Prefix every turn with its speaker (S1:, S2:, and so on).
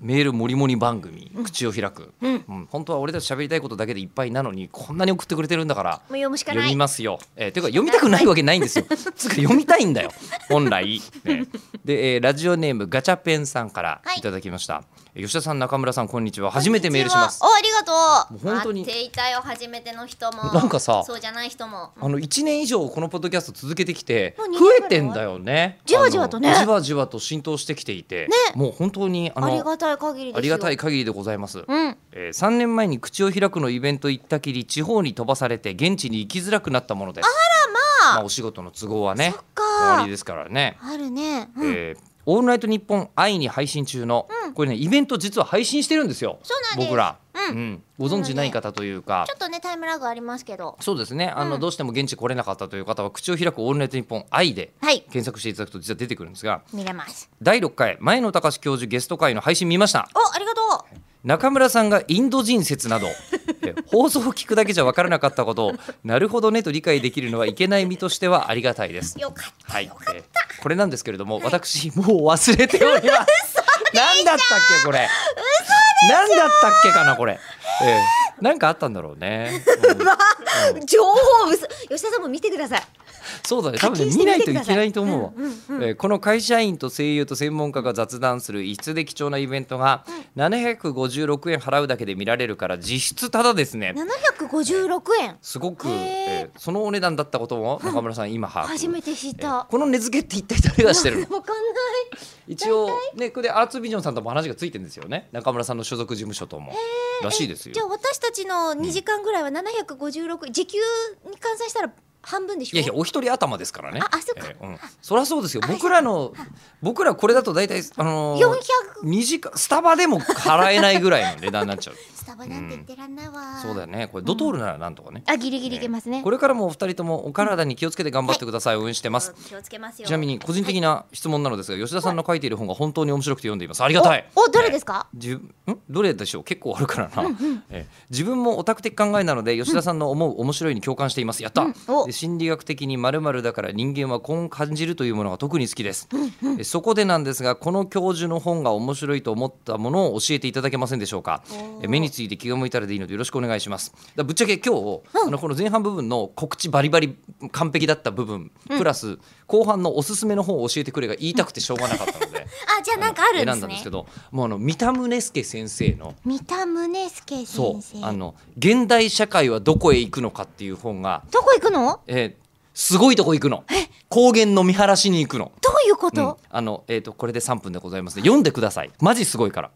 S1: メールもりもり番組「口を開く」
S2: うん
S1: うん本当は俺たち喋りたいことだけでいっぱいなのにこんなに送ってくれてるんだから
S2: 読むしか
S1: 読
S2: な
S1: み
S2: い
S1: ますよ。えー、ていうか読みたくないわけないんですよ。つうか読みたいん だよ本来。ねで、えーラジオネームガチャペンさんから
S2: はい
S1: いただきました。えー吉田さん中村さんこんにちは初めてメールします。
S2: こんにちはおありがとう
S1: もう本当に
S2: 待っていたよ初めての人も
S1: なんかさ
S2: そうじゃない人も
S1: あの1年以上このポッドキャスト続けてきて
S2: もう二年
S1: 増えてんだよね
S2: ぐらいじわじわとね
S1: あのじわじわと浸透してきていて、もう本当にあ
S2: あり
S1: の
S2: がたい限りですよ
S1: ありがたい限りでございます、
S2: うん
S1: えー、3年前に口を開くのイベント行ったきり地方に飛ばされて現地に行きづらくなったものですあらまあ、お仕事の都合はね
S2: そっか
S1: 終わりですからね、
S2: あるねうん
S1: えーオールナイトニッポン愛に配信中の、これねイベント実は配信してるんですよ
S2: そうなんです
S1: 僕ら、
S2: うん
S1: ご存知ない方というか
S2: ちょっとねタイムラグありますけど
S1: そうですねあの、どうしても現地来れなかったという方は口を開くオールナイトニッポン愛で
S2: はい
S1: 検索していただくと実は出てくるんですが
S2: 見れます
S1: 第6回前野隆教授ゲスト会の配信見ました
S2: おありがとう
S1: 中村さんがインド人説などえ放送を聞くだけじゃ分からなかったことをなるほどねと理解できるのはいけない身としてはありがたいです。
S2: よかった
S1: はい、えーこれなんですけれども、私もう忘れております。何だったっけこれ。何だったっけかなこれ。えーなんかあったんだろうね。うん
S2: 情報薄吉田さんも見てください
S1: そうだね多
S2: 課
S1: 分ね
S2: 金し
S1: 見
S2: て
S1: ない
S2: みて
S1: と
S2: く
S1: い
S2: ださ
S1: け
S2: い
S1: ないと思うわ、えーこの会社員と声優と専門家が雑談する異質で貴重なイベントが756円払うだけで見られるから実質ただですね
S2: 756円
S1: すごく、
S2: へー
S1: えーそのお値段だったことも中村さん今把握
S2: 初めて知っ
S1: えー
S2: た
S1: この値付けって一体誰がして るの
S2: わかんない
S1: 一応ねこれでアーツビジョンさんとも話がついてるんですよね中村さんの所属事務所ともらしいです
S2: じゃあ
S1: よ
S2: 私たちの2時間ぐらいは756時給に換算したら半分でしょ
S1: いやいやお一人頭ですからね
S2: ああそっか
S1: うん、そりゃそうですよ僕らの僕らこれだと大体あのー
S2: 400
S1: 二時間スタバでも払えないぐらいの値段になっちゃ う
S2: スタバなんて言ってらんないわ
S1: そうだよねこれドトールならなんとかね、
S2: あギリギリいけますね
S1: これからもお二人ともお体に気をつけて頑張ってください応援してます、
S2: 気をつけますよ
S1: ちなみに個人的な質問なのですが、吉田さんの書いている本が本当に面白くて読んでいますありがたい
S2: おおどれですか
S1: じゅんどれでしょう結構あるからな、ええ自分もオタク的考えなので吉田さんの思う面白いに共感していますやった、
S2: うんお
S1: で心理学的に〇〇だから人間はこう感じるというものが特に好きです、えそこでなんですがこの教授の本が面白いと思ったものを教えていただけませんでしょうかえ目について気が向いたらでいいのでよろしくお願いしますだからぶっちゃけ今日、あのこの前半部分の告知バリバリ完璧だった部分、プラス後半のおすすめの本を教えてくれが言いたくてしょうがなかったので
S2: あじゃあなんかあるんで
S1: 選ん
S2: す
S1: だんです
S2: ね
S1: けどもうあの三田宗介先生の
S2: 三田宗介
S1: そ
S2: 先生
S1: うあの「現代社会はどこへ行くのか」っていう本が、
S2: どこ行くの
S1: えーすごいとこ行くの高原の見晴らしに行くの。
S2: どういうこ
S1: うん
S2: と、
S1: あのえー、とこれで3分でございますね読んでくださいマジすごいから